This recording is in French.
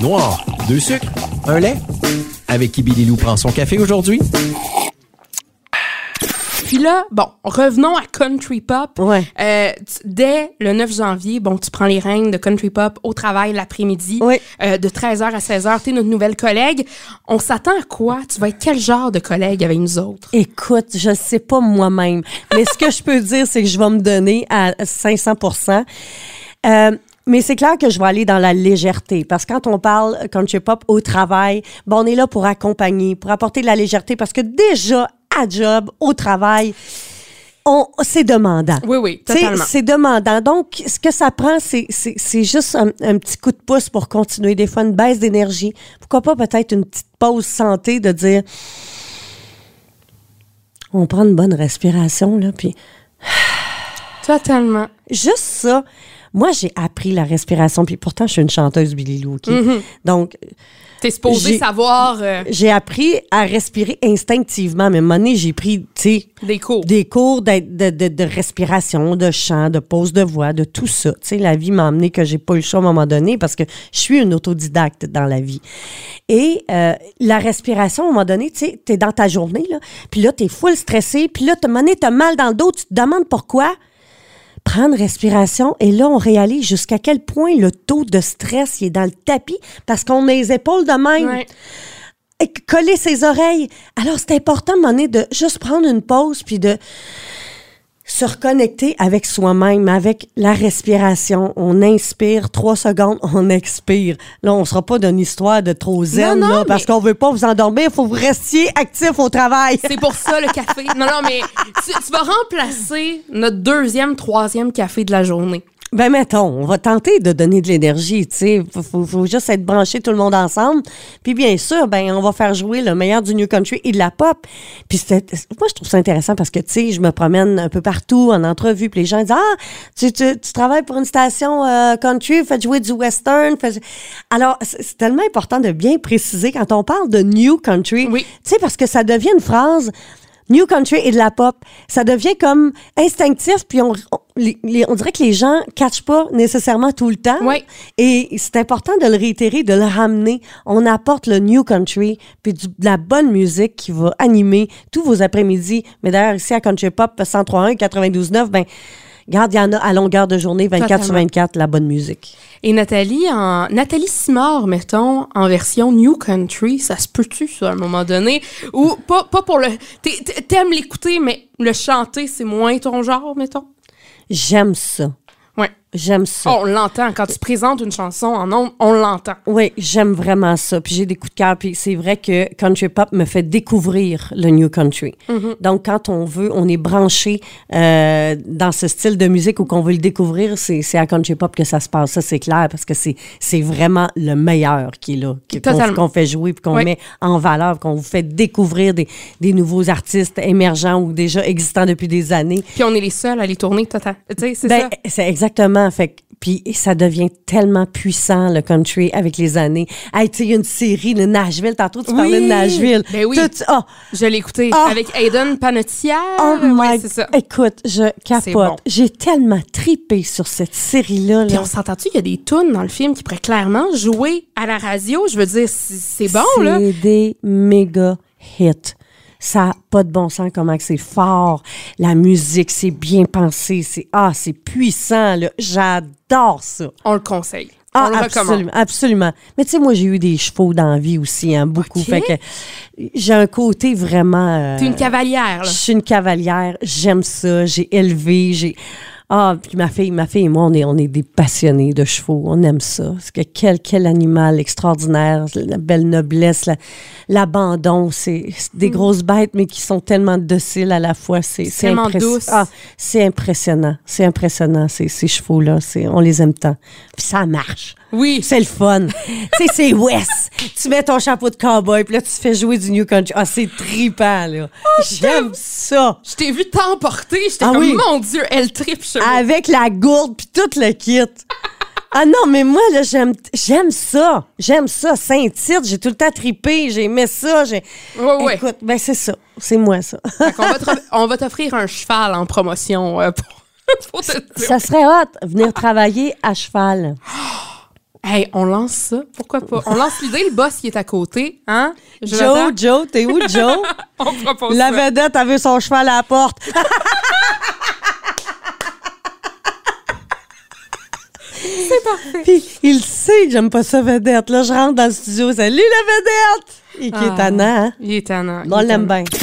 Noir, deux sucres, un lait. Avec qui Billy Lou prend son café aujourd'hui? Puis là, bon, revenons à Country Pop. Ouais. Euh, tu- dès le 9 janvier, bon, tu prends les règnes de Country Pop au travail l'après-midi. Ouais. Euh, de 13h à 16h, t'es notre nouvelle collègue. On s'attend à quoi? Tu vas être quel genre de collègue avec nous autres? Écoute, je sais pas moi-même, mais ce que je peux dire, c'est que je vais me donner à 500 Euh, mais c'est clair que je vais aller dans la légèreté parce que quand on parle euh, country pop au travail, ben on est là pour accompagner, pour apporter de la légèreté parce que déjà à job, au travail, on c'est demandant. Oui, oui, Tu sais, totalement. C'est demandant. Donc, ce que ça prend, c'est- c'est c'est juste un, un petit coup de pouce pour continuer. Des fois, une baisse d'énergie. Pourquoi pas peut-être une petite pause santé de dire on prend une bonne respiration, là, puis Totalement. juste ça. Moi, j'ai appris la respiration, puis pourtant, je suis une chanteuse Billy Lou, OK? Mm-hmm. Donc, T'es supposé J'ai- savoir euh, j'ai appris à respirer instinctivement, mais à un moment donné, j'ai pris, tu sais, des cours. des cours d'être- de, de- de respiration, de chant, de pose de voix, de tout ça. Tu sais, la vie m'a amené que j'ai pas eu le choix à un moment donné parce que je suis une autodidacte dans la vie. Et euh, la respiration, à un moment donné, tu sais, t'es dans ta journée, là, puis là, t'es full stressé, puis là, t'as un moment donné, t'as mal dans le dos, tu te demandes pourquoi. Prendre respiration et là, on réalise jusqu'à quel point le taux de stress il est dans le tapis parce qu'on a les épaules de même Ouais. et que- coller ses oreilles. Alors, c'est important, à un moment donné, de juste prendre une pause puis de se reconnecter avec soi-même, avec la respiration. On inspire trois secondes, on expire. Là, on sera pas d'une histoire de trop zen, Non, non, là, parce mais- qu'on veut pas vous endormir. Il faut que vous restiez actif au travail. C'est pour ça le café. Non, non, mais tu, tu vas remplacer notre deuxième, troisième café de la journée. Ben, mettons, on va tenter de donner de l'énergie, tu sais. Faut, faut- faut juste être branché tout le monde ensemble. Puis, bien sûr, ben, on va faire jouer le meilleur du New Country et de la pop. Puis, c'est- moi, je trouve ça intéressant parce que, tu sais, je me promène un peu partout en entrevue. Puis, les gens disent, ah, tu, tu, tu travailles pour une station euh, country, faites jouer du western. faites- Alors, c'est c'est tellement important de bien préciser quand on parle de New Country. Oui. Tu sais, parce que ça devient une phrase. New country et de la pop, ça devient comme instinctif, puis on, on- les- les- on dirait que les gens ne catchent pas nécessairement tout le temps. Oui. Et c'est important de le réitérer, de le ramener. On apporte le new country, puis du- de la bonne musique qui va animer tous vos après-midi. Mais d'ailleurs, ici à Country Pop 1031 929, ben, regarde, il y en a à longueur de journée, 24 sur Totalement. 24, la bonne musique. Et Nathalie, en... Nathalie Simard, mettons, en version New Country, ça se peut-tu, ça, à un moment donné? Ou pas, pas pour le... t'es- t'es- T'aimes l'écouter, mais le chanter, c'est moins ton genre, mettons? J'aime ça. Ouais. J'aime ça. On l'entend. Quand tu présentes une chanson en ondes, on l'entend. Oui, j'aime vraiment ça. Puis j'ai des coups de cœur. Puis c'est vrai que country pop me fait découvrir le new country. Mhm. Donc quand on veut, on est branché euh, dans ce style de musique ou qu'on veut le découvrir, c'est c'est à country pop que ça se passe. Ça c'est clair parce que c'est c'est vraiment le meilleur qui est là, que- qu'on Totalement. qu'on fait jouer, puis qu'on Oui. met en valeur, qu'on vous fait découvrir des, des nouveaux artistes émergents ou déjà existants depuis des années. Puis on est les seuls à les tourner, total. Tu sais, c'est Ben, ça. c'est exactement. Fait que- puis ça devient tellement puissant le country avec les années. Hey, tu sais, il y a une série de Nashville. Tantôt tu parlais Oui. de Nashville. Ben oui. Tout- oh, Je l'ai écouté Ah! avec Aiden Panettière. oh Ah, Ouais, my c'est ça. Écoute, je capote. bon. J'ai tellement tripé sur cette série-là. Puis là. on s'entend-tu, il y a des tunes dans le film qui pourraient clairement jouer à la radio. Je veux dire, c'est c'est bon, là. C'est des méga hits. Ça n'a pas de bon sens comment que c'est fort. La musique, c'est bien pensé. C'est ah, c'est puissant. là. J'adore ça. On le conseille. Ah, on le recommande. absolument, absolument. Mais tu sais, moi, j'ai eu des chevaux dans la vie aussi, hein, beaucoup. Ok. Fait que j'ai un côté vraiment. euh, T'es une cavalière, je là. suis une cavalière. J'aime ça. J'ai élevé. J'ai. Ah, puis ma fille, ma fille et moi, on est, on est des passionnés de chevaux. On aime ça. Parce que quel, quel animal extraordinaire, la belle noblesse, la- l'abandon. c'est c'est Mm. des grosses bêtes, mais qui sont tellement dociles à la fois. C'est c'est tellement impressi- douce. Ah, c'est impressionnant. C'est impressionnant, ces, ces chevaux-là. C'est- On les aime tant. Puis ça marche. Oui. C'est le fun. tu sais, c'est West. Tu mets ton chapeau de cowboy, puis là, tu te fais jouer du New Country. Ah, c'est tripant, là. Oh, J'aime ça. Je t'ai vu t'emporter. J'étais Ah comme, oui. mon Dieu, elle tripe chez moi. Avec la gourde, puis tout le kit. Ah non, mais moi, là, j'aime, j'aime ça. J'aime ça. Saint-Tite, j'ai tout le temps tripé. J'aimais ça. J'ai... Ouais, ouais. Écoute, ben c'est ça. C'est moi, ça. Fait qu'on va te- on va t'offrir un cheval en promotion. euh, pour- Faut te le dire. Ça serait hot, venir travailler à cheval. Ah, Hey, on lance ça. Pourquoi pas? On lance l'idée. Le boss, il est à côté. Hein? Jonathan? Joe, Joe, t'es où, Joe? On propose La ça. vedette avait son cheval à la porte. C'est parfait. Puis il sait que j'aime pas ça, vedette. Là, je rentre dans le studio, salut la vedette! Et qui Ah, est tannant, hein? Il est tannant. il On est l'aime tannant. bien.